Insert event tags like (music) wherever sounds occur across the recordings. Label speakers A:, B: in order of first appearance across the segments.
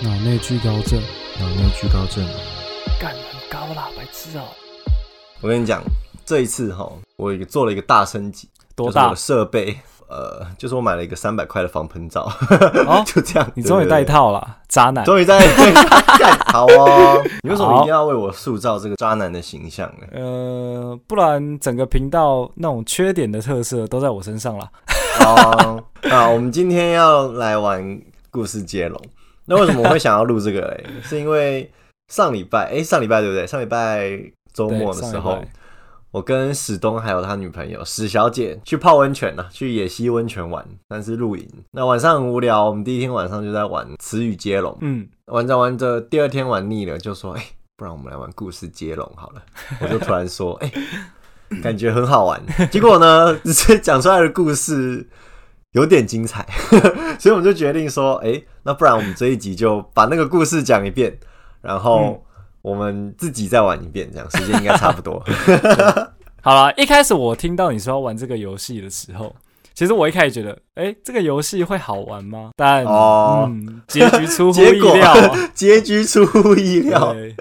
A: 脑内聚高症，
B: 脑内聚高症。
C: 干很高啦，白痴哦、
B: 我跟你讲，这一次哈，我有一个做了一个大升级，
C: 多
B: 就是我
C: 大
B: 的？设备，呃，就是我买了一个三百块的防喷罩，(laughs)
C: 哦
B: 就这样。
C: 你终于
B: 对
C: 带，套啦，渣男
B: 对对！ (laughs) 终于在干好哦。你为什么一定要为我塑造这个渣男的形象呢？
C: 呃，不然整个频道那种缺点的特色都在我身上啦。
B: 哦，啊，我们今天要来玩故事接龙。那为什么我会想要录这个
C: (laughs)
B: 嘞？是因为上礼拜，哎、上礼拜对不对？上礼拜周
C: 对
B: 末的
C: 上
B: 时
C: 礼
B: 候
C: 拜，
B: 我跟史东还有他女朋友史小姐去泡温泉呐、啊，去野溪温泉玩，但是露营。那晚上很无聊，我们第一天晚上就在玩词语接龙，
C: 嗯，
B: 玩着玩着，第二天玩腻了，就说，哎、不然我们来玩故事接龙好了。我就突然说，哎、感觉很好玩。结果呢，这讲出来的故事有点精彩， (laughs) 所以我们就决定说，哎、那不然我们这一集就把那个故事讲一遍，然后我们自己再玩一遍，这样时间应该差不多。
C: 好啦，一开始我听到你说要玩这个游戏的时候，其实我一开始觉得，哎、这个游戏会好玩吗？但、
B: 哦
C: 嗯，结局出乎
B: 结
C: 意
B: 果
C: 料、啊。
B: (laughs) 结局出乎意料，
C: 对，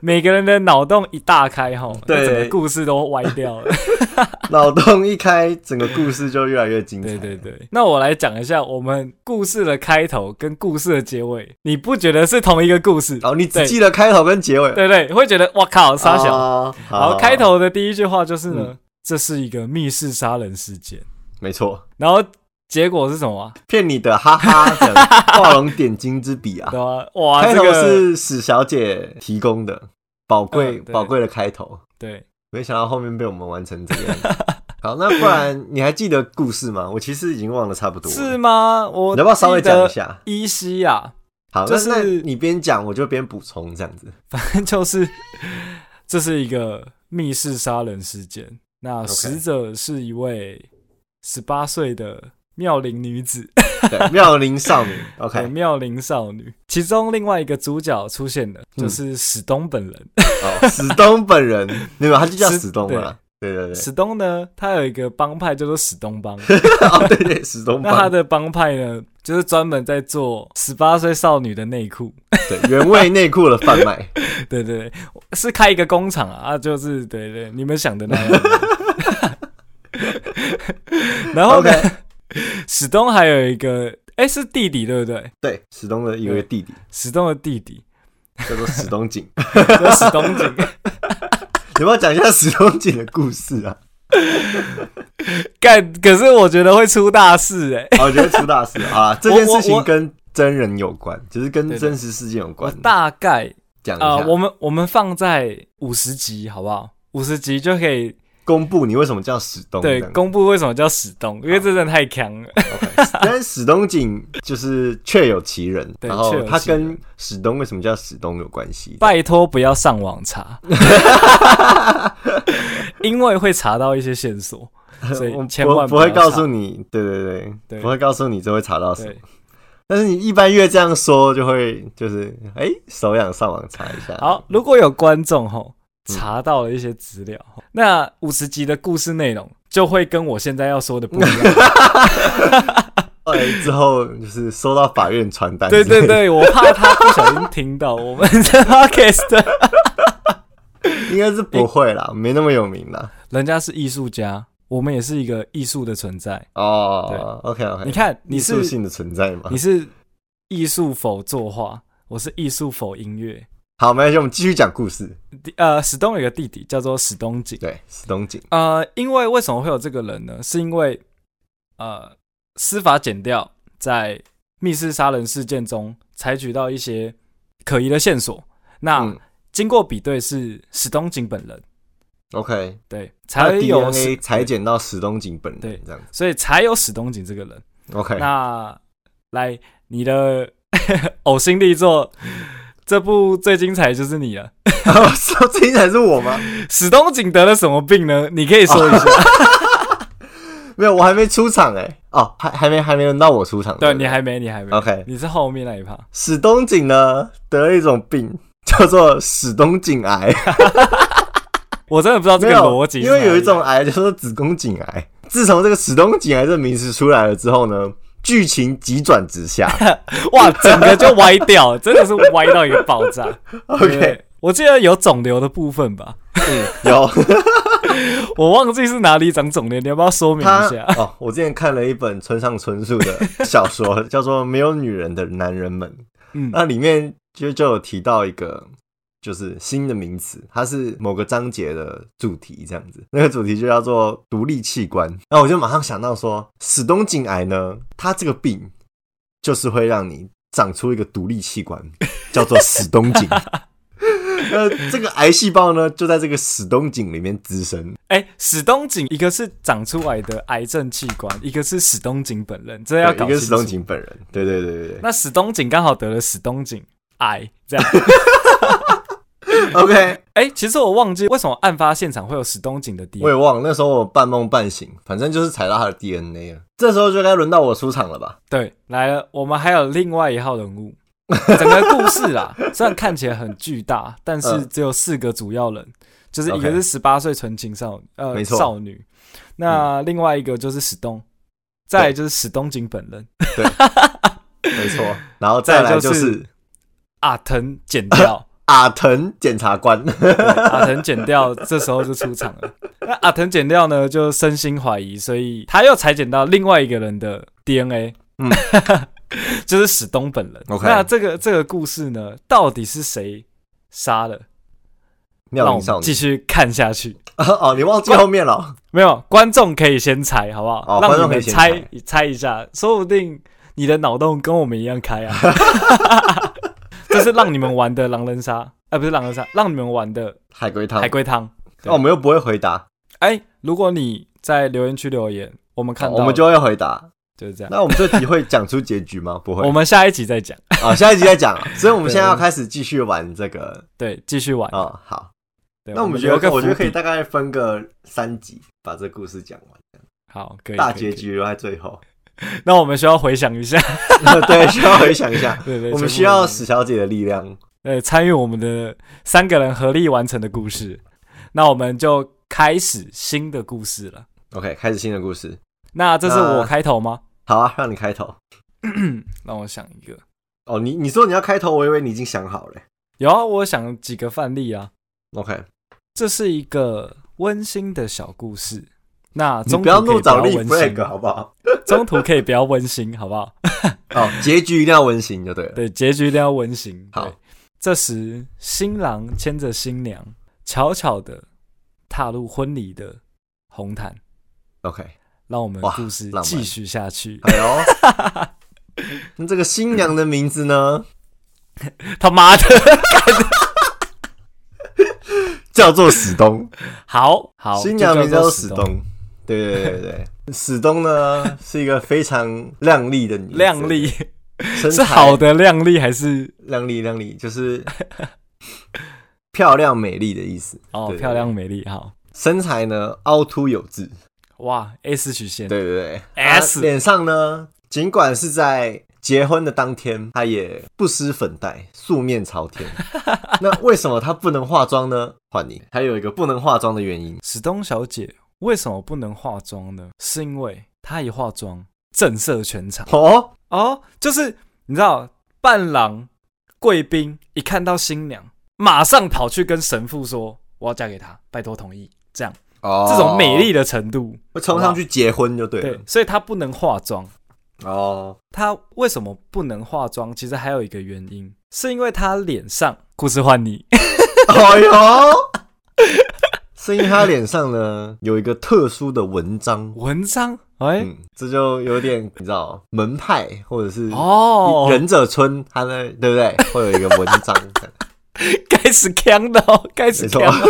C: 每个人的脑洞一大开哈，那
B: 对
C: 整个故事都歪掉
B: (laughs)
C: 了。
B: 脑洞一开，整个故事就越来越精彩。
C: 对对对，那我来讲一下我们故事的开头跟故事的结尾，你不觉得是同一个故事？
B: 然后你只
C: 对
B: 记得开头跟结尾，
C: 对对，会觉得哇靠，傻小。
B: 哦好
C: 然
B: 好嗯
C: 后
B: 好
C: 开头的第一句话就是呢，这是一个密室杀人事件。
B: 没错，
C: 然后结果是什么啊？
B: 骗你的，哈哈，这样画龙点睛之笔啊
C: 对！吧？ (laughs) 哇，
B: 开
C: 这
B: 头
C: 个
B: 是史小姐提供的，宝贵
C: 嗯对
B: 宝贵的开头，
C: 对，
B: 没想到后面被我们完成这个
C: (laughs)
B: 样子。好，那不然你还记得故事吗？我其实已经忘得差不多了。
C: 是吗？我
B: 你要不要稍微讲一？下？
C: 依稀啊， (laughs)
B: 好，
C: 就
B: 那
C: 是
B: 那你边讲我就边补充，这样子。
C: 就是这是一个密室杀人事件。那
B: OK
C: 死者是一位十八岁的妙龄女子，
B: 对，妙龄少
C: (laughs)
B: 女
C: 对，
B: ，OK，
C: 妙龄少女。其中另外一个主角出现了，
B: 嗯
C: 就是史东本人。
B: 哦，史东本人，没有，他就叫史东嘛。对对对，
C: 史东呢，他有一个帮派叫做史东
B: (laughs)
C: 帮，
B: 哦对对，史东
C: (laughs) 那他
B: 帮，
C: 的帮派呢，就是专门在做十八岁少女的内裤。 (laughs)
B: 对原味内裤的贩卖。
C: 对对对，是开一个工厂啊，啊就是对对，你们想的那样。 (laughs) 然后呢
B: OK，
C: 史东还有一个，哎，是弟弟对不对？
B: 对，史东的有一个弟弟
C: 史东的弟弟
B: 叫做史东景，
C: 叫史东景，
B: (laughs)
C: (laughs)
B: 有没有讲一下史东景的故事啊？
C: 干，可是我觉得会出大事哎、
B: 好我哦觉得出大事啊！这件事
C: (laughs) 我
B: 情
C: 我
B: 跟真人有关，就是跟
C: 对对
B: 真实事件有
C: 我
B: 关。
C: 大概
B: 讲一
C: 啊、
B: 下，
C: 我们我们放在五十集好不好？五十集就可以
B: 公布你为什么叫史东。
C: 对
B: 这样
C: 公 (laughs) 布为什么叫史东，因为这真的太强了。
B: 但是史东景就是确有其人，
C: 对
B: 然后
C: 确有
B: 他
C: 其人
B: 跟史东为什么叫史东有关系？
C: 拜托不要上网查， (laughs) 因为会查到一些
B: (laughs)
C: 线索，所
B: 我
C: 以千
B: 不
C: 万
B: 不
C: 要
B: 会告
C: 查
B: 诉你，对对对，
C: 对
B: 不会告诉你这会查到什么。
C: 对，
B: 但是你一般越这样说，就会就是哎、手痒上网查一下。
C: 好，如果有观众吼
B: 嗯
C: 查到了一些资料，吼那五十集的故事内容就会跟我现在要说的不一
B: (laughs)
C: 样。
B: 后来之后就是收到法院传单之类
C: 对
B: 的，
C: 对对，我怕他不小心听到
B: (laughs)
C: 我们的 podcast，
B: 应该是不会啦，没那么有名啦。
C: 人家是艺术家，我们也是一个艺术的存在。
B: 哦，OK OK，
C: 你看，你
B: 艺术
C: 是
B: 性的存在嘛
C: 你？是艺术否作画，我是艺术否音乐。
B: 好，没关系，我们继续讲故事。
C: 第呃，史东有个弟弟叫做史东景。
B: 对，史东景，
C: 呃，因为为什么会有这个人呢？是因为呃，司法检调在密室杀人事件中采取到一些可疑的线索，那、
B: 嗯
C: 经过比对是史东景本人，
B: ，OK，
C: 对，
B: 他
C: 才
B: 的
C: 有史
B: DNA 裁剪到史东景本人
C: 对
B: 这样子
C: 所以才有史东景这个人。
B: ，OK，
C: 那来你的 (laughs) 呕心力作，这部最精彩就是你了。
B: 我说这才是我吗？
C: 史东景得了什么病呢？你可以说一
B: (laughs)
C: 下。
B: 没有，我还没出场哎，哦，还还没还没轮到我出场，
C: 对
B: 不
C: 你还没，你还没
B: OK
C: 你是后面那一趴。
B: 史东景呢得了一种病，叫做史东景癌，
C: 我真的不知道这
B: 没
C: 个
B: 有
C: 逻辑是
B: 因
C: 哪里，啊
B: 为有一种癌叫做子宫颈癌。自从这个史东景癌这名词出来了之后呢，剧情急转直
C: (laughs)
B: 下。
C: 哇，整个就歪掉，真的是歪到一个爆
B: (laughs)
C: 炸。
B: OK，
C: 对我记得有肿瘤的部分吧，
B: 有
C: 我忘记是哪里长肿瘤，你要不要说明
B: 他
C: 一下？
B: 哦，我之前看了一本村上春树的小
C: (laughs)
B: 说，叫做《没有女人的男人们》，
C: 嗯
B: (laughs) 那里面就就有提到一个就是新的名词，它是某个章节的主题，这样子。那个主题就叫做独立器官。那我就马上想到说，史东颈癌呢，它这个病就是会让你长出一个独立器官，叫做史东 (laughs) 颈。呃，这个癌细胞呢，就在这个史东颈里面滋生。
C: 哎、史东景一个是长出来的癌症器官，一个是史东景本人，这要
B: 对
C: 搞
B: 一个
C: 清
B: 史东
C: 楚。
B: 颈本人，对对对对对。
C: 那史东景刚好得了史东景癌，这样。 (laughs)
B: OK，
C: 哎、其实我忘记为什么案发现场会有史东景的
B: 我
C: DNA。
B: 也忘了，那时候我半梦半醒，反正就是踩到他的 DNA 了。这时候就该轮到我出场了吧？
C: 对，来了，我们还有另外一号人
B: (laughs)
C: 物。整个故事啦，虽然看起来很巨大，但是
B: 嗯
C: 只有四个主要人，就是一个
B: OK
C: 是十八岁纯情少呃
B: 没错嗯
C: 少女，那另外一个就是史东，再来就是史东景本人，
B: 没错，然后再来就
C: 再来
B: 是
C: 阿藤剪掉，
B: 阿藤检察官， (laughs)
C: 阿藤剪掉，这时候就出场了。那阿藤剪掉呢，就身心怀疑，所以他又裁剪到另外一个人的 DNA，嗯
B: 嗯，
C: (laughs) 就是史东本人。
B: OK
C: 那这个这个故事呢，到底是谁杀了？
B: 妙
C: 让
B: 龄
C: 我
B: 少
C: 们继
B: 女。
C: 续看下去。
B: (laughs) 哦，你忘记后面了。
C: 没有，观众可以先猜，好不好？
B: 哦
C: 让
B: 观
C: 你
B: 众可
C: 们
B: 以先猜
C: 猜猜一下，说不定你的脑洞跟我们一样开
B: (laughs)
C: 啊！这是让你们玩的狼人杀，呃，不是狼人杀，让你们玩的
B: 海龟汤哦
C: 海，龟汤。
B: 那我们又不会回答，
C: 哎，如果你在留言区留言，我们看到
B: 哦我们就会回答。
C: 就是这样。
B: 那我们这题会讲出结局吗？不
C: (laughs)
B: 会。
C: 我们下一集再讲，
B: 啊，下一集再讲。所以我们
C: 对
B: 现在要开始继续玩这
C: (laughs)
B: 个。
C: 对，继续玩。
B: 哦，好，
C: 对
B: 那我们觉
C: 留个
B: 得，我觉得
C: 伏
B: 可以
C: 笔
B: 大概分个三集把这故事讲完，
C: 好，可以
B: 大
C: 可以
B: 结
C: 可以
B: 局留在最
C: (laughs)
B: 后。 (laughs)
C: 那我们需要回想一下， (laughs)
B: 对，需要回想一下。
C: 对对，
B: 我
C: 全部
B: 们需要
C: 回
B: 史小姐的力量。
C: 呃参与我们的三个人合力完成的故事。那我们就开始新的故事了。
B: OK，开始新的故事。
C: 那这是
B: 那
C: 我开头吗？
B: 好啊，让你开头。
C: 让我想一个。
B: 哦，你你说你要开头，我以为你已经想好了。
C: 有啊，我想几个范例啊。
B: OK，
C: 这是一个温馨的小故事。那
B: 你
C: 中
B: 不要
C: 途
B: 弄
C: 可以不要
B: 早立
C: 温馨
B: flag，好不好？
C: 中途可以不要
B: (laughs)
C: 温馨，好不好？
B: 哦，结局一定要温馨就对了。
C: 对，结局一定要温馨。
B: 好
C: 对，这时新郎牵着新娘，悄悄的踏入婚礼的红毯，
B: OK，
C: 让我们
B: 哇
C: 故事
B: 浪漫
C: 继续
B: (laughs)
C: 下去。
B: 哎
C: (laughs)
B: 呦，那这个新娘的名字呢，
C: 他妈的，
B: 叫做史 (laughs) 东。
C: 好好，
B: 新娘名字叫做
C: 就做
B: 史
C: 史
B: 东。对对对对对，史东呢是一个非常靓丽的女，
C: 靓丽，
B: 身
C: (laughs) 是
B: 材
C: 好的靓丽还是
B: 靓丽靓丽，就是
C: (laughs)
B: 漂亮美丽的意思。
C: 哦
B: 对对
C: 漂亮美丽？好
B: 身材呢凹凸有致，
C: 哇，S 曲线，
B: 对对对
C: S
B: 啊脸上呢，尽管是在结婚的当天，她也不施粉黛，素面朝
C: (laughs)
B: 天。那为什么她不能化妆呢？换你，还有一个不能化妆的原因，
C: 史东小姐为什么不能化妆呢？是因为她一化妆震慑全场
B: 哦，
C: 哦，就是你知道，伴郎贵宾一看到新娘，马上跑去跟神父说：“我要嫁给他，拜托同意。”这样
B: 哦
C: 这种美丽的程度，
B: 会冲上去结婚就对
C: 对
B: 了，。
C: 所以她不能化妆。 (laughs)
B: 哦，
C: 她为什么不能化妆？其实还有一个原因，是因为她脸上故事
B: (laughs)
C: 换你
B: 哎 (laughs) 呦，是因为她脸上呢有一个特殊的纹章。
C: 文章哎、
B: 嗯，这就有点你知道门派或者是
C: 哦，
B: 忍者村，他那对不对？会有一个文章，
C: 开始呛到，开始
B: 没错
C: (laughs) 呛到。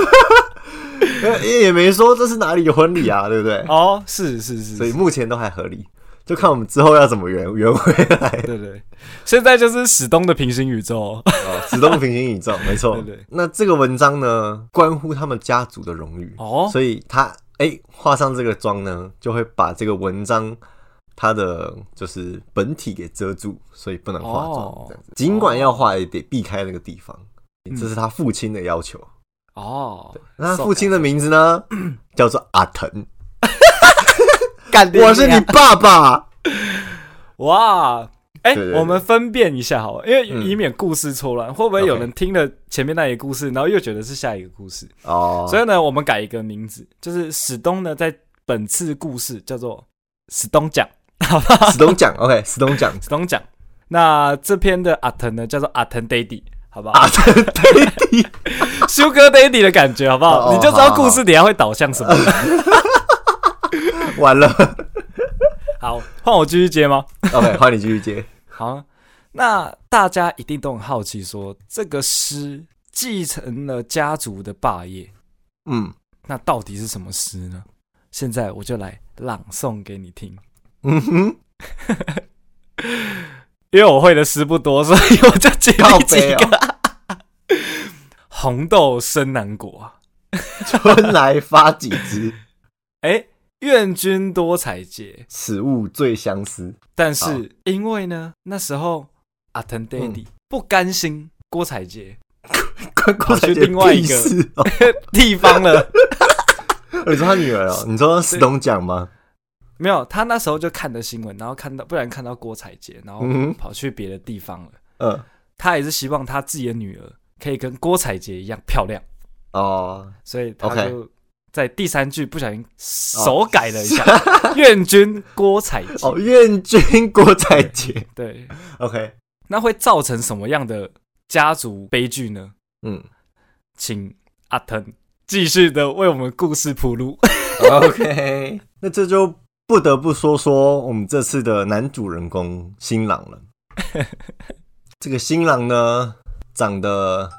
B: 也也没说这是哪里的婚礼啊，对不对？
C: 哦，是是是，
B: 所以目前都还合理，就看我们之后要怎么圆圆回来。
C: 对对，现在就是史东的平行宇宙。
B: (laughs) 哦，子东平行宇宙，没错。
C: (laughs) 对对
B: 那这个文章呢，关乎他们家族的荣誉，
C: 哦
B: 所以他哎画上这个妆呢，就会把这个文章。它的就是本体给遮住，所以不能化
C: 哦嗯
B: 妆。这样子尽管要画，也得避开那个地方，这是他父亲的要求。
C: 哦，
B: 那他父亲的名字
C: (clears throat)
B: 呢，叫做阿腾。
C: 干
B: 我是你，爸爸。
C: 哇，
B: 对
C: 哎、
B: 对对
C: 我们分辨一下好了，因为
B: 嗯
C: 以免故事错乱，会不会有
B: OK
C: 人听了前面那一个故事，然后又觉得是下一个故事？
B: 哦，
C: 所以呢，我们改一个名字，就是史东呢，在本次故事叫做史东奖，好吧？
B: 史东奖，OK，史东奖
C: 史东奖。那这篇的阿腾呢，叫做阿腾 Daddy，好不好、
B: 啊，对
C: (laughs)
B: 对，
C: s u g a r Daddy 的感觉，好不好？
B: 哦哦
C: 你就知道故事等一下会导向
B: (laughs)
C: 什么。
B: 完
C: (laughs)
B: 了
C: 好，换我继续接吗？
B: ，OK，换你继续接。
C: 好，那大家一定都很好奇说这个诗继承了家族的霸业，
B: 嗯，
C: 那到底是什么诗呢？现在我就来朗诵给你听，
B: 嗯
C: (laughs)
B: 哼，
C: 因为我会的诗不多，所以我就举
B: 靠
C: 例几
B: 背哦
C: 个。啊红豆生南国啊，
B: 春来发几枝，
C: 哎，愿君多采撷，
B: 此物最相思。
C: 但
B: 好
C: 是因为呢，那时候阿腾爹地不甘心郭采洁
B: 关郭采洁
C: 另外一个
B: 屁事哦，
C: 地方了， (laughs)
B: 你说他女儿哦？你说史东奖吗？
C: 没有，他那时候就看的新闻，然后看到不然看到郭采洁，然后
B: 嗯哼
C: 跑去别的地方了。
B: 嗯，
C: 他也是希望他自己的女儿可以跟郭采洁一样漂亮，
B: 哦，
C: 所以他
B: OK
C: 就在第三句不小心手改了一下， (laughs) 愿君郭采洁。
B: 哦，愿君郭采洁。
C: 对，
B: OK，
C: 那会造成什么样的家族悲剧呢？
B: 嗯
C: 请阿腾继续的为我们故事铺路。 (laughs)
B: ，OK，那 (laughs) 这就不得不说说我们这次的男主人公新郎
C: (laughs)
B: 了。这个新郎呢，长得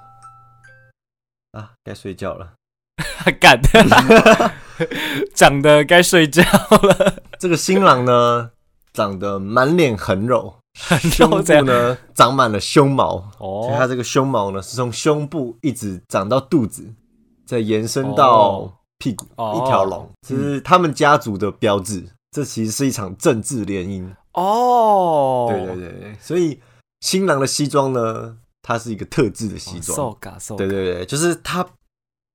B: 啊，该睡觉了。
C: 干， (laughs) 长得该睡觉了，
B: 这个新郎呢，长得满脸横肉，胸
C: 肉哦
B: (laughs)
C: 这
B: 部
C: 样
B: 呢长满了胸毛，所以它
C: 哦，
B: 这个胸毛呢是从胸部一直长到肚子，再延伸到
C: 哦
B: 屁股，
C: 哦嗯
B: 一条龙，这是他们家族的标志。这其实是一场政治联姻，
C: 哦，
B: 对对，对对，所以新郎的西装呢，它是一个特制的西装，
C: 瘦嘎瘦，
B: 对对对，就是他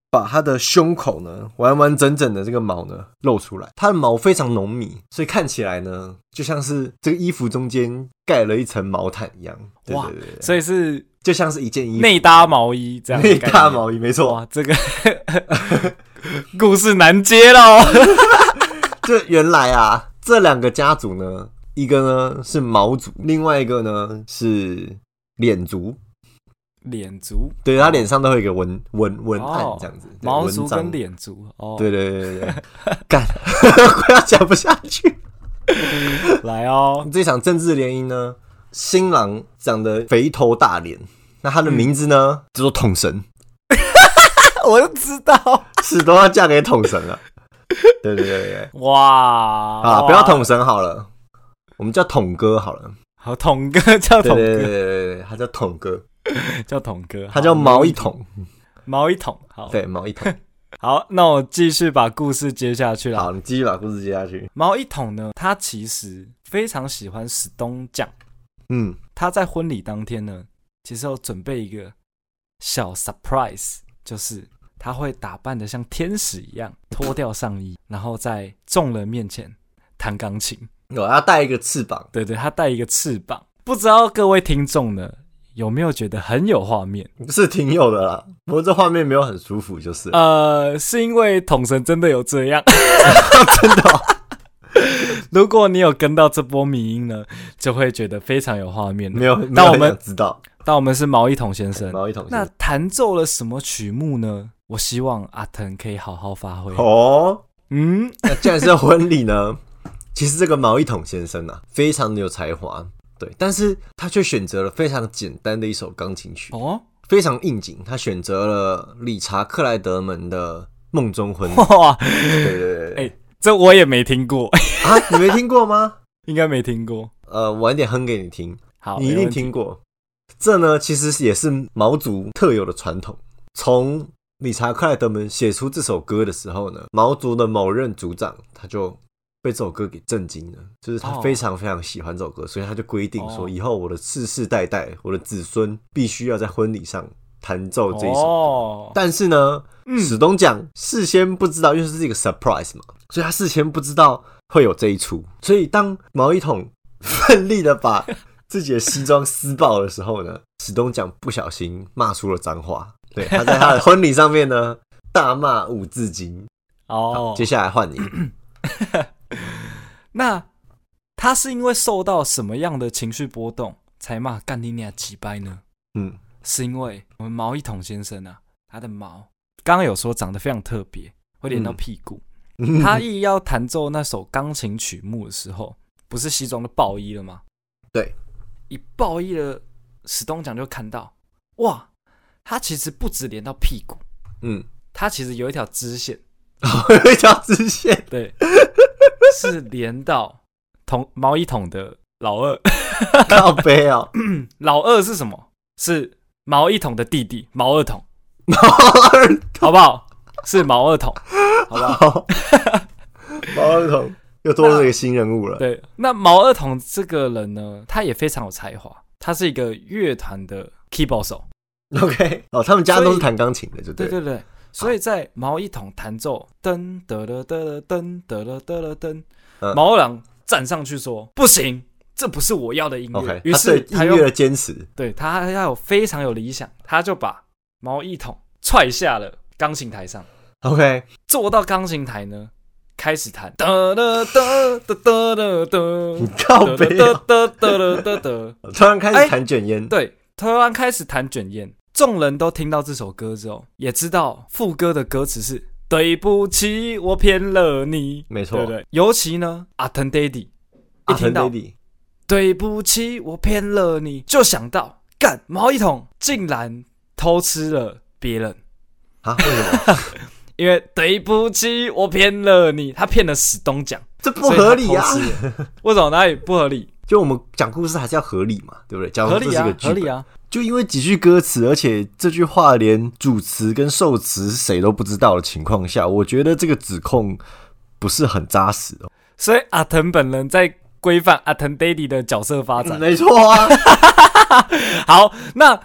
B: 把他的胸口呢完完整整的这个毛呢露出来，他的毛非常浓密，所以看起来呢就像是这个衣服中间盖了一层毛毯一样。对
C: 哇
B: 对对对，
C: 所以是
B: 就像是一件衣服
C: 内搭毛衣这样的
B: 内
C: 概念，
B: 搭毛衣，没错，
C: 哇，这个 (laughs) 故事难接喽。
B: (laughs) 这原来啊，这两个家族呢，一个呢是毛族，另外一个呢是脸族。
C: 脸族、
B: 对他脸上都会有一个文文文案这样子，对
C: 毛
B: 文
C: 族
B: 章
C: 跟脸族，哦，
B: 对对对对对，干，快要讲不下去。
C: 来
B: (laughs)
C: 哦，
B: 这场政治联姻呢，新郎长得肥头大脸，那他的名字呢、叫做统神，
C: 我就知道，
B: 是都要嫁给统神了。对对对对对，
C: 哇，
B: 啊，
C: 哇
B: 不要，统神好了，我们叫统哥好了。
C: 好，统哥叫
B: 对
C: 统
B: 对对
C: 哥，
B: 对对对，他叫统哥，
C: 叫统哥，
B: 他叫
C: 好
B: 毛一统，
C: 毛一统，好，
B: 对毛一统。
C: 好，那我继续把故事接下去了。
B: 好，你继续把故事接下去。
C: 毛一统呢，他其实非常喜欢史东酱。
B: 嗯，
C: 他在婚礼当天呢，其实有准备一个小 surprise，就是他会打扮的像天使一样，脱掉
B: (laughs)
C: 上衣，然后在众人面前弹钢琴。
B: 我要带一个翅膀，
C: 对对，他带一个翅膀。不知道各位听众呢，有没有觉得很有画面？
B: (laughs) 是挺有的啦。不过这画面没有很舒服，就是了
C: 呃，是因为统神真的有这
B: (laughs)
C: 样，真的、 (laughs) 如果你有跟到这波迷音呢，就会觉得非常有画面了。
B: 没有。
C: 但
B: 没有
C: 我
B: 很
C: 们呃
B: 想知道
C: 但我们是毛一统先生，
B: 毛一统是
C: 那弹奏了什么曲目呢？我希望阿腾可以好好发挥。
B: 哦，
C: 嗯，
B: 那既然是婚礼呢，其实这个毛一统先生啊，非常的有才华，对，但是他却选择了非常简单的一首钢琴曲， (laughs)
C: 哦，
B: 非常应景。他选择了理查克莱德门的《梦中婚礼》
C: (laughs) 哇，
B: 对，对对对对，
C: 哎这我也没听过， (laughs)
B: 啊，你没听过吗？
C: 应该没听过。
B: 呃，晚点哼给你听，
C: 好，
B: 你一
C: 没
B: 定
C: 问题
B: 听过。这呢，其实也是毛族特有的传统。从理查克莱德门写出这首歌的时候呢，毛族的某任族长他就被这首歌给震惊了，就是他
C: 哦
B: 非常非常喜欢这首歌，所以他就规定说，
C: 哦
B: 以后我的世世代代，我的子孙必须要在婚礼上弹奏这一首。
C: 哦，
B: 但是呢，
C: 嗯
B: 史东讲事先不知道，因为这是一个 surprise 嘛，所以他事先不知道会有这一出。所以当毛一统奋力的把自己的西装撕爆的时候呢， (laughs) 史东奖不小心骂出了脏话。对，他在他的婚礼上面呢 (laughs) 大骂五字经。好
C: 哦
B: 接，下来换
C: (coughs)
B: 你。
C: 那他是因为受到什么样的情绪波动才骂干你娘几掰呢？
B: 嗯，
C: 是因为我们毛一统先生啊，他的毛刚刚有说长得非常特别，会连到
B: 嗯
C: 屁股。他一要弹奏那首钢琴曲目的时候，不是西装的爆衣了吗？
B: 对，
C: 一爆衣了，史东奖就看到，哇，他其实不止连到屁股，
B: 嗯，
C: 他其实有一条支线，
B: 有一条支线， (laughs)
C: 对，是连到同毛衣桶的老二。 (laughs)
B: 靠背哦，
C: 老二是什么？是毛一桶的弟弟毛二桶，
B: 二
C: 好不好？是毛二桶，好不好？
B: 头，毛二头又多了一个新人物了。
C: 对，那毛二桶这个人呢，他也非常有才华，他是一个乐团的 keyboard 手。
B: OK，哦，他们家都是弹钢琴的，就
C: 对
B: 对了。
C: 对对，所以在毛一桶弹奏噔得了得了噔得了得了噔，
B: 嗯
C: 毛二郎站上去说：“不行，这不是我要的音乐。”
B: OK，
C: 于
B: 他对
C: 是他
B: 音乐
C: 用
B: 的坚持，
C: 对他要有非常有理想，他就把毛一桶踹下了钢琴台上。
B: OK，
C: 坐到钢琴台呢，开始弹，哒哒哒哒哒哒哒，
B: 你靠
C: 哒
B: 背
C: 哒
B: 哦，
C: 哒哒哒哒，
B: 突然开
C: 哎
B: 始弹卷烟，
C: 对，突然开始弹卷烟，众人都听到这首歌之后，也知道副歌的歌词是“对不起，我骗了你”，
B: 没
C: 对
B: 错啊
C: 不，对？尤其呢，阿腾 daddy 一
B: 阿
C: 听
B: 腾
C: 到
B: baby，
C: “对不起，我骗了你”，就想到干毛一桶竟然偷吃了别人。
B: 啊，为什
C: (laughs)
B: 么？
C: 因为对不起，我骗了你，他骗了史东奖，
B: 这不合理啊！
C: 所以他偷吃了 (laughs) 为什么哪里不合理？
B: 就我们讲故事还是要合理嘛，对不对？假如
C: 合
B: 哦说这
C: 理
B: 是个
C: 啊，
B: 剧
C: 合
B: 本
C: 理啊，
B: 就因为几句歌词，而且这句话连主词跟受词是谁都不知道的情况下，我觉得这个指控不是很扎实哦。
C: 所以阿腾本人在规范阿腾 daddy 的角色发展。
B: 没错啊，
C: (laughs) 好，那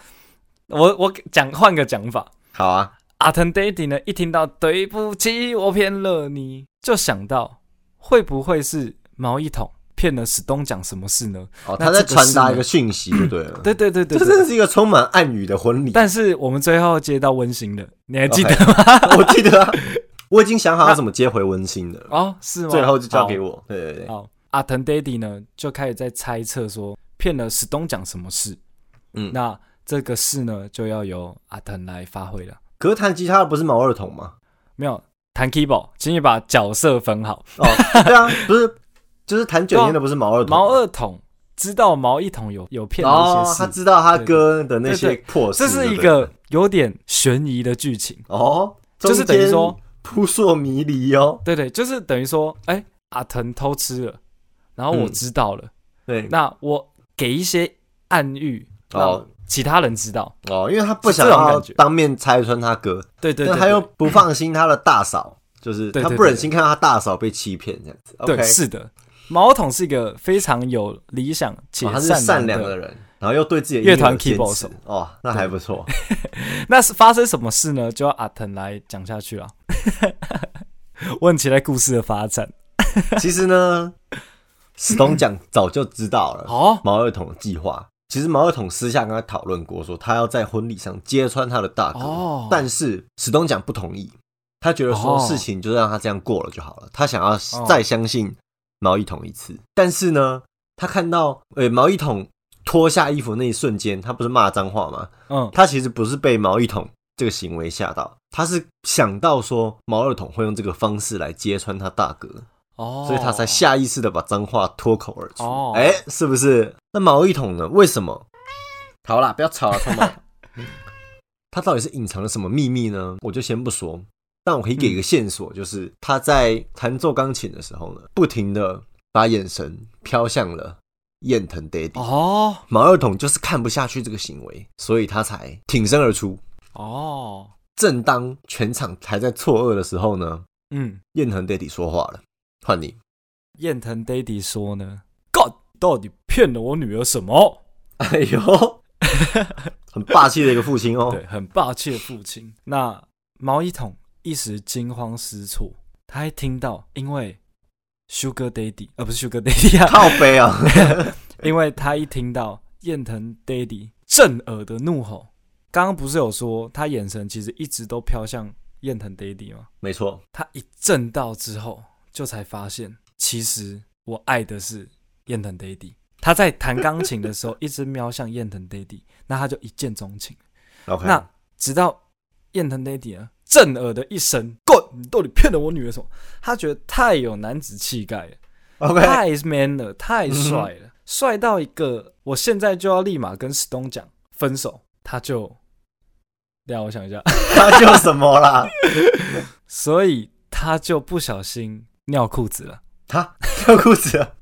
C: 我我讲换个讲法，
B: (laughs) 好啊，
C: 阿腾 daddy 呢，一听到对不起，我骗了你，就想到会不会是毛一统骗了史东奖什么事呢？
B: 哦，
C: 那
B: 他在
C: 这个
B: 传
C: 是
B: 达
C: 呢
B: 一个讯息就对了。
C: 对对对对
B: 嗯这
C: 对。
B: 真的是一个充满暗语的婚礼，
C: 但是我们最后接到温馨
B: 哦
C: 的，
B: (laughs)
C: 你还记得
B: OK 我记得啊， (laughs) 我已经想好要怎么接回温馨的，
C: (laughs) 哦？是吗？
B: 最后就交给
C: 好
B: 我。对对对，
C: 好，阿腾 daddy 呢就开始在猜测说骗了史东讲什么事。
B: 嗯
C: 那这个事呢就要由阿腾来发挥了。
B: 可是弹吉他的不是毛二筒
C: (laughs)
B: 吗？
C: 没有弹 keyboard，请你把角色分好。
B: 哦，对啊，不是，就是弹卷烟的不是毛二筒吗，
C: 毛二筒知道毛一筒有有骗了一
B: 哦，
C: 些
B: 他
C: 事，
B: 知道他哥的那
C: 对
B: 些
C: 对
B: 破事
C: 这
B: 就对了，
C: 是一个有点悬疑的剧情。
B: 哦，
C: 就是等于说
B: 扑朔迷离哦。
C: 对对，就是等于说，哎、阿腾偷吃了，然后我
B: 嗯
C: 知道了，
B: 对，
C: 那我给一些暗喻，让
B: 哦
C: 其他人知道。
B: 哦，因为他不
C: 是这
B: 想
C: 种
B: 要
C: 感觉
B: 当面拆穿他哥，
C: 对对对
B: 但
C: 对，
B: 他又不放心他的大嫂，就是
C: 对
B: 他
C: 对
B: 不忍
C: 对
B: 心看到他大嫂被欺骗这样子。
C: 对
B: OK，
C: 是的，毛桶是一个非常有理想且
B: 哦他是
C: 善
B: 善
C: 良
B: 良
C: 的
B: 的
C: 人。
B: 人，然后又对自己的
C: 乐团
B: 音乐有
C: keyboard
B: 坚持
C: 手
B: 哦，那还不错。
C: 那是发生什么事呢？就要阿腾来讲下 (laughs) 去了。啊我很期待故事的发展。
B: 其实呢，史东奖早就知道了
C: 哦，
B: 毛二筒的计划。其实毛二筒私下跟他讨论过，说他要在婚礼上揭穿他的大哥，
C: 哦
B: 但是史东奖不同意，他觉得说
C: 哦
B: 事情就让他这样过了就好了，他想要再相信毛一筒一次。但是呢，他看到呃毛一筒脱下衣服那一瞬间，他不是骂脏话吗？
C: 嗯，
B: 他其实不是被毛一筒这个行为吓到，他是想到说毛二筒会用这个方式来揭穿他大哥。
C: 哦，
B: 所以他才下意识的把脏话脱口而出。哎、
C: 哦
B: 是不是？那毛一桶呢？为什么？好啦，不要吵了，啊他们。 (laughs) 他到底是隐藏了什么秘密呢？我就先不说，但我可以给一个线索，就是他在弹奏钢琴的时候呢，不停的把眼神飘向了燕藤 daddy。
C: 哦
B: 毛二桶就是看不下去这个行为，所以他才挺身而出。
C: 哦，
B: 正当全场还在错愕的时候呢，
C: 嗯，
B: 燕藤 daddy 说话了，换你。
C: 燕藤 daddy 说呢，God 到底骗了我女儿什么？
B: 哎呦， (laughs) 很霸气的一个父亲哦
C: 对，。很霸气的父亲。那毛一统一时惊慌失措，他一听到因为 Sugar Daddy，呃，不是 Sugar Daddy 啊，
B: 靠背啊，
C: 因为他一听到燕藤 Daddy 震耳的怒吼，刚刚不是有说他眼神其实一直都飘向燕藤 Daddy 吗？
B: (laughs) 没错，
C: 他一震到之后，就才发现，其实我爱的是燕藤 Daddy。他在弹钢琴的时候，一直瞄向燕藤 Daddy，那他就一见钟情。
B: OK，
C: 那直到燕藤 Daddy 啊，震耳的一声“滚”，你到底骗了我女儿什么？他觉得太有男子气概了，
B: OK，
C: 太 man 了，太帅了，帅到一个我现在就要立马跟史东讲分手。他就，等一下我想一下， (laughs)
B: 他就什么啦？
C: 所以他就不小心尿裤子了，
B: 他跳裤子了，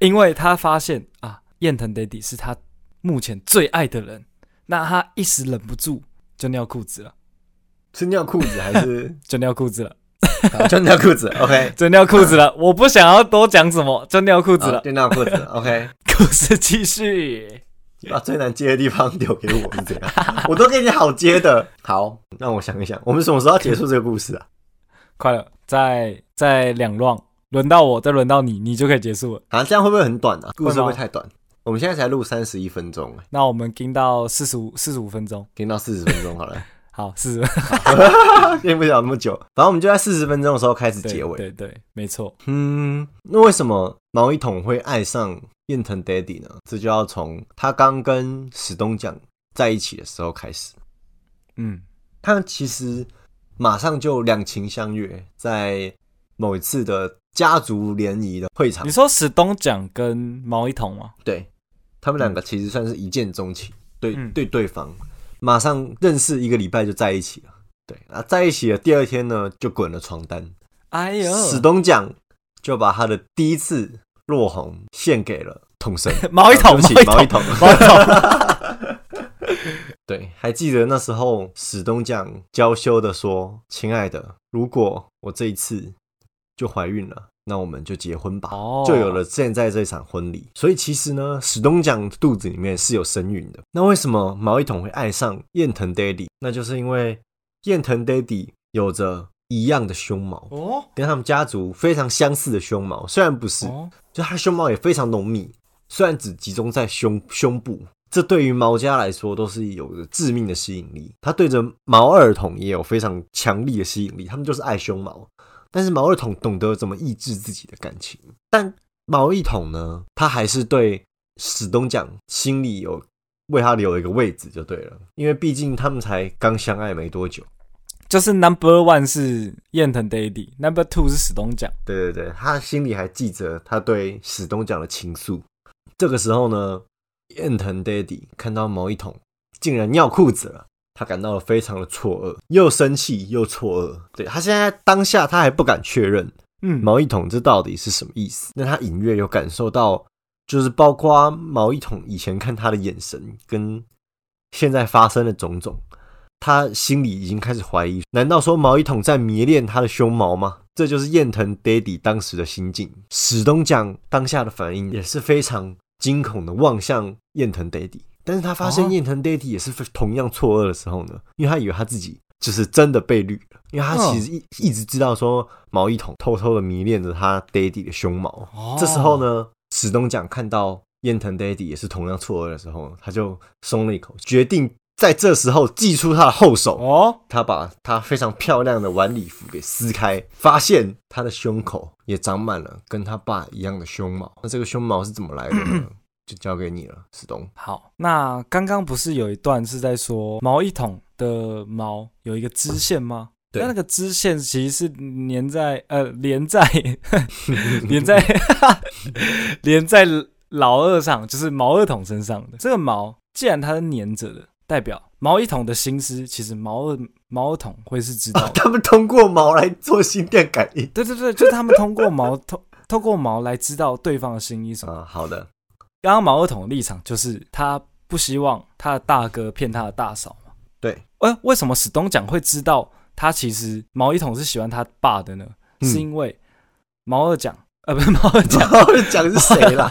C: 因为他发现啊，燕藤 Daddy 是他目前最爱的人，那他一时忍不住就尿裤子了，
B: 是尿裤子还 (laughs) 是
C: 就尿裤子了，
B: 好就尿裤子？OK，
C: 就尿裤子了。
B: 嗯
C: 我不想要多讲什么，就尿裤子
B: 好
C: 了。
B: 哦就尿裤子，OK。
C: 故事继续。
B: 把最难接的地方丢给我是怎样？ (laughs) 我都给你好接的。好，让我想一想，我们什么时候要结束这个故事啊？
C: 快了，再再两 round，轮到我，再轮到你，你就可以结束了。
B: 啊，这样会不会很短啊？故事会不会
C: 会吗
B: 太短？我们现在才录三十一分钟，哎
C: 那我们盯到四十五四十五分钟，
B: 听到四十分钟好了，
C: 好，
B: (laughs)
C: 四十分
B: 听不了那么久。反正我们就在四十分钟的时候开始
C: 对
B: 结尾。
C: 对对，没错。
B: 嗯，那为什么毛一统会爱上燕藤 Daddy 呢？这就要从他刚跟史东讲在一起的时候开始。
C: 嗯，
B: 他们其实马上就两情相悦，在某一次的家族联谊的会场
C: 你，说史东奖跟毛一彤吗？
B: 对他们两个其实算是一见钟情，对
C: 嗯
B: 对对方，马上认识一个礼拜就在一起了。对，啊，在一起了，第二天呢就滚了床单。
C: 哎呦，
B: 史东奖就把他的第一次落红献给了统神
C: (laughs) 毛一
B: 啊
C: 桶，
B: 对不起
C: 毛
B: 毛
C: 一
B: 一
C: 桶
B: 桶，
C: (laughs) 毛一
B: (laughs)
C: 桶。
B: 对，还记得那时候史东将娇羞的说：“亲爱的，如果我这一次就怀孕了，那我们就结婚吧。
C: 哦
B: 就有了现在这场婚礼。所以其实呢，史东将肚子里面是有身孕的。那为什么毛一统会爱上燕藤 Daddy？那就是因为燕藤 Daddy 有着一样的胸毛，
C: 哦
B: 跟他们家族非常相似的胸毛，虽然不是，
C: 哦，
B: 就它的胸毛也非常浓密，虽然只集中在胸胸部，这对于毛家来说都是有着致命的吸引力。它对着毛二筒也有非常强力的吸引力，他们就是爱胸毛。但是毛二筒懂得怎么抑制自己的感情，但毛一筒呢，他还是对史东讲心里有为他留了一个位置就对了，因为毕竟他们才刚相爱没多久。
C: 就是 Number One 是燕藤 Daddy，Number Two 是史东奖。
B: 对对对，他心里还记着他对史东讲的情愫。这个时候呢，燕藤 Daddy 看到毛一桶竟然尿裤子了，他感到了非常的错愕，又生气又错愕。对他现在当下他还不敢确认
C: 嗯，
B: 毛一桶这到底是什么意思，那他隐约有感受到，就是包括毛一桶以前看他的眼神跟现在发生的种种。他心里已经开始怀疑，难道说毛一统在迷恋他的胸毛吗？这就是燕藤 Daddy 当时的心境。史东将当下的反应也是非常惊恐的望向燕藤 Daddy，但是他发
C: 哦
B: 现燕藤 Daddy 也是非同样错愕的时候呢，因为他以为他自己就是真的被绿了，因为他
C: 嗯
B: 其实一、一直知道说毛一统偷偷的迷恋着他 Daddy 的胸毛，
C: 哦
B: 这时候？呢，史东奖看到燕藤 Daddy 也是同样错愕的时候，他就松了一口，决定在这时候祭出他的后手。
C: 哦，
B: 他把他非常漂亮的晚礼服给撕开，发现他的胸口也长满了跟他爸一样的胸毛。那这个胸毛是怎么来的
C: (coughs)
B: 呢？就交给你了，史东。
C: 好，那刚刚不是有一段是在说毛一桶的毛有一个支线吗？
B: 对
C: 那那个支线其实是粘在呃连在 (laughs) 连在 (laughs) 连在老二上，就是毛二桶身上的这个毛，既然它是粘着的，代表毛一桶的心思，其实毛二毛二桶会是知道
B: (laughs) (laughs)
C: 的。
B: 他们通过毛来做心电感应
C: 对对对，就是他们通过毛透透过毛来知道对方的心意什么。
B: 啊，好的，
C: 刚刚毛二筒的立场就是他不希望他的大哥骗他的大嫂嘛。
B: 对，
C: 呃，为什么史东奖会知道他其实毛一筒是喜欢他爸的呢？
B: 嗯
C: 是因为毛二奖呃不是 (laughs) 毛二
B: (laughs)
C: 奖
B: 然后讲是谁啦？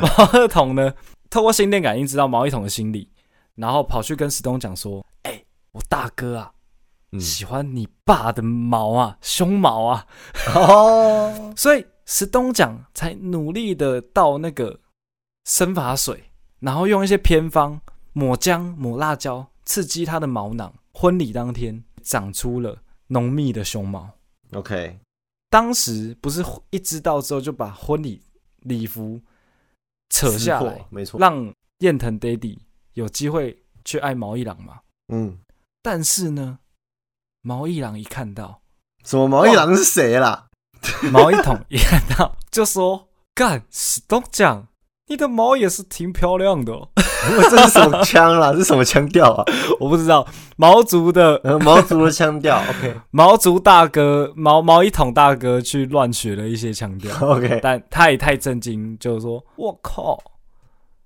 C: 毛二筒呢，透过心电感应知道毛一筒的心理，然后跑去跟史东讲说：“哎、我大哥啊，
B: 嗯，
C: 喜欢你爸的毛啊，胸毛啊。”
B: 哦，
C: 所以石东奖才努力的倒那个生发水，然后用一些偏方抹姜、抹辣椒，刺激他的毛囊。婚礼当天长出了浓密的胸毛。
B: OK，
C: 当时不是一知道之后就把婚礼礼服扯下
B: 撕
C: 来
B: 破，没错，
C: 让燕藤 Daddy 有机会去爱毛一郎嘛？
B: 嗯，
C: 但是呢，毛一郎一看到
B: 什么毛一郎是谁啦？
C: 毛一统一看到就说：“干史东讲，你的毛也是挺漂亮的、 (laughs) 哦。
B: (laughs) 我这是什么腔啦？这是什么腔调啊？”
C: 我不知道毛族的
B: 呃毛族的腔
C: (laughs)
B: 调。OK
C: 毛族大哥毛毛一统大哥去乱学了一些腔调， (laughs)
B: OK，
C: 但他也太震惊，就是说：“我靠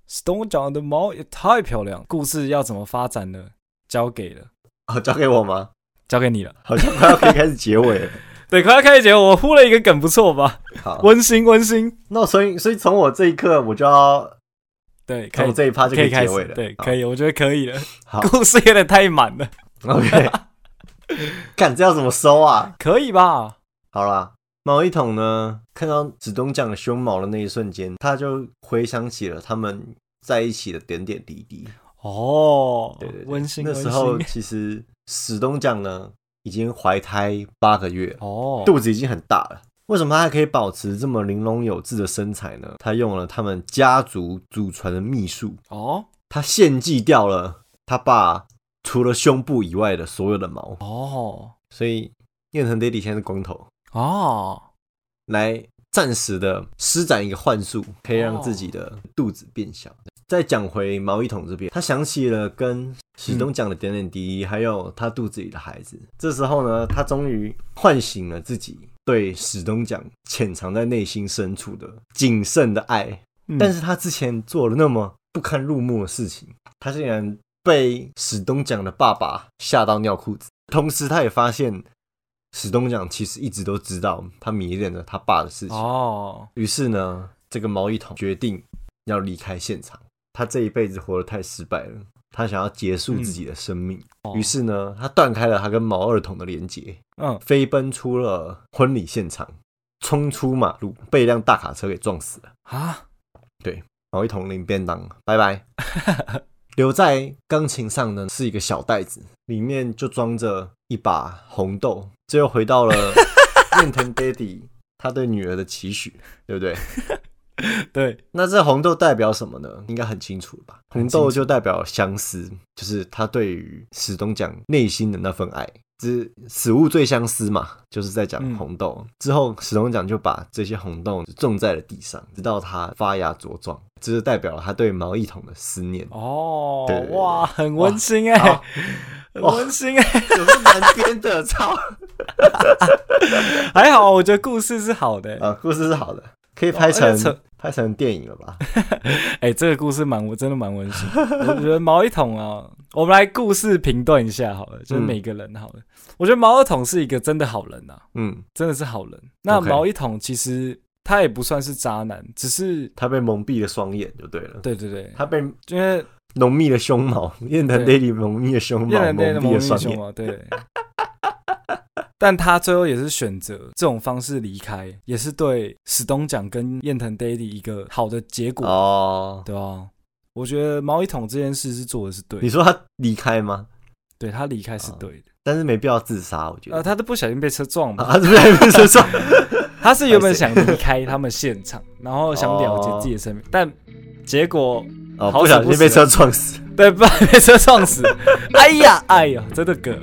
C: ，Stone 长的毛也太漂亮。”故事要怎么发展呢？交给了，
B: 好，交给我吗？
C: 交给你了。
B: 好像快要可以开始结尾
C: (laughs)
B: 了。
C: 对，快要开始前，我呼了一个梗，不错吧？
B: 好，
C: 温馨，温馨。
B: 那我所以所以从我这一刻我就要
C: 对，可
B: 从
C: 以
B: 我，这一趴就
C: 可以
B: 结
C: 开
B: 尾
C: 始。
B: 了。
C: 对，
B: 好
C: 可以，我觉得可以了。
B: 好
C: (laughs) 故事有点太满了， (laughs)
B: OK，干这要怎么收啊？
C: 可以吧？
B: 好啦，毛一统呢，看到子东酱的胸毛的那一瞬间，他就回想起了他们在一起的点点滴滴。
C: 哦，
B: 对对对
C: 温馨，
B: 那
C: 温
B: 时
C: (laughs)
B: 候
C: 馨。
B: 其实史东酱呢已经怀胎八个月了，
C: 哦，
B: 肚子已经很大了。为什么他还可以保持这么玲珑有致的身材呢？他用了他们家族祖传的秘术，
C: 哦，
B: 他献祭掉了他爸除了胸部以外的所有的毛，
C: 哦，
B: 所以燕藤爹地现在是光头，
C: 哦，
B: 来暂时的施展一个幻术，可以让自己的肚子变小。再讲回毛一统这边，他想起了跟史东讲的点点滴滴，还有他肚子里的孩子。这时候呢，他终于唤醒了自己对史东讲潜藏在内心深处的谨慎的爱。
C: 嗯
B: 但是他之前做了那么不堪入目的事情，他竟然被史东奖的爸爸吓到尿裤子。同时，他也发现史东奖其实一直都知道他迷恋着他爸的事情。
C: 哦，
B: 于是呢，这个毛一统决定要离开现场。他这一辈子活得太失败了，他想要结束自己的生命。于是呢，他断开了他跟毛二统的连接，
C: 嗯，
B: 飞奔出了婚礼现场，冲出马路，被一辆大卡车给撞死了。
C: 啊，
B: 然后一桶领便当，拜拜。留在钢琴上呢是一个小袋子，里面就装着一把红豆。这又回到了面藤爹地他对女儿的期许，对不对？
C: 对，
B: 那这红豆代表什么呢？应该很清楚了吧？
C: 很
B: 红
C: 清楚
B: 豆就代表相思，就是他对于史东讲内心的那份爱。之死物最相思嘛，就是在讲
C: 嗯
B: 红豆。之后，史东讲就把这些红豆种在了地上，直到它发芽茁壮，这是代表了他对毛一统的思念。
C: 哦
B: 对对，对
C: 哇，很温馨哎
B: 好，
C: 很
B: 哇
C: 温馨哎，
B: 有个难编的，操！
C: 还好，我觉得故事是好的
B: (laughs)
C: 欸。
B: 啊，故事是好的，可以
C: 哇
B: 拍
C: 哦而且扯
B: 成拍成电影了吧？
C: 哎、这个故事蛮我真的蛮温馨。我觉得毛一统啊，我们来故事评断一下好了，就是
B: 嗯
C: 每个人好了。我觉得毛一统是一个真的好人啊，
B: 嗯，
C: 真的是好人。那
B: OK
C: 毛一统其实他也不算是渣男，只是
B: 他被蒙蔽了双眼就对了，
C: 对对对，
B: 他被
C: 因为
B: 浓密的胸毛，燕藤 d a 浓密的胸毛，
C: 越南
B: 蒙
C: 那个
B: 蔽
C: 蒙
B: 了
C: 面
B: 双
C: 兄
B: 眼。
C: 嘛，对。 (laughs) 但他最后也是选择这种方式离开，也是对史东奖跟燕藤 Daily 一个好的结果，
B: 哦，
C: 对啊，我觉得毛一统这件事是做的是对
B: 你
C: 的，
B: 说他离开吗？
C: 对他离开是
B: 哦
C: 对的。
B: 但是没必要自杀，我觉得。
C: 呃，他都不小心被车撞嘛，
B: (laughs) 啊，是不是还没说错？
C: 他是原本想离开他们现场，然后想了结自己的生命，但结果
B: 哦，
C: 好
B: 不小
C: 死不
B: 心被
C: 死
B: 车撞死。
C: (laughs) 对，不然被车撞死。哎呀，哎呀，真的哥，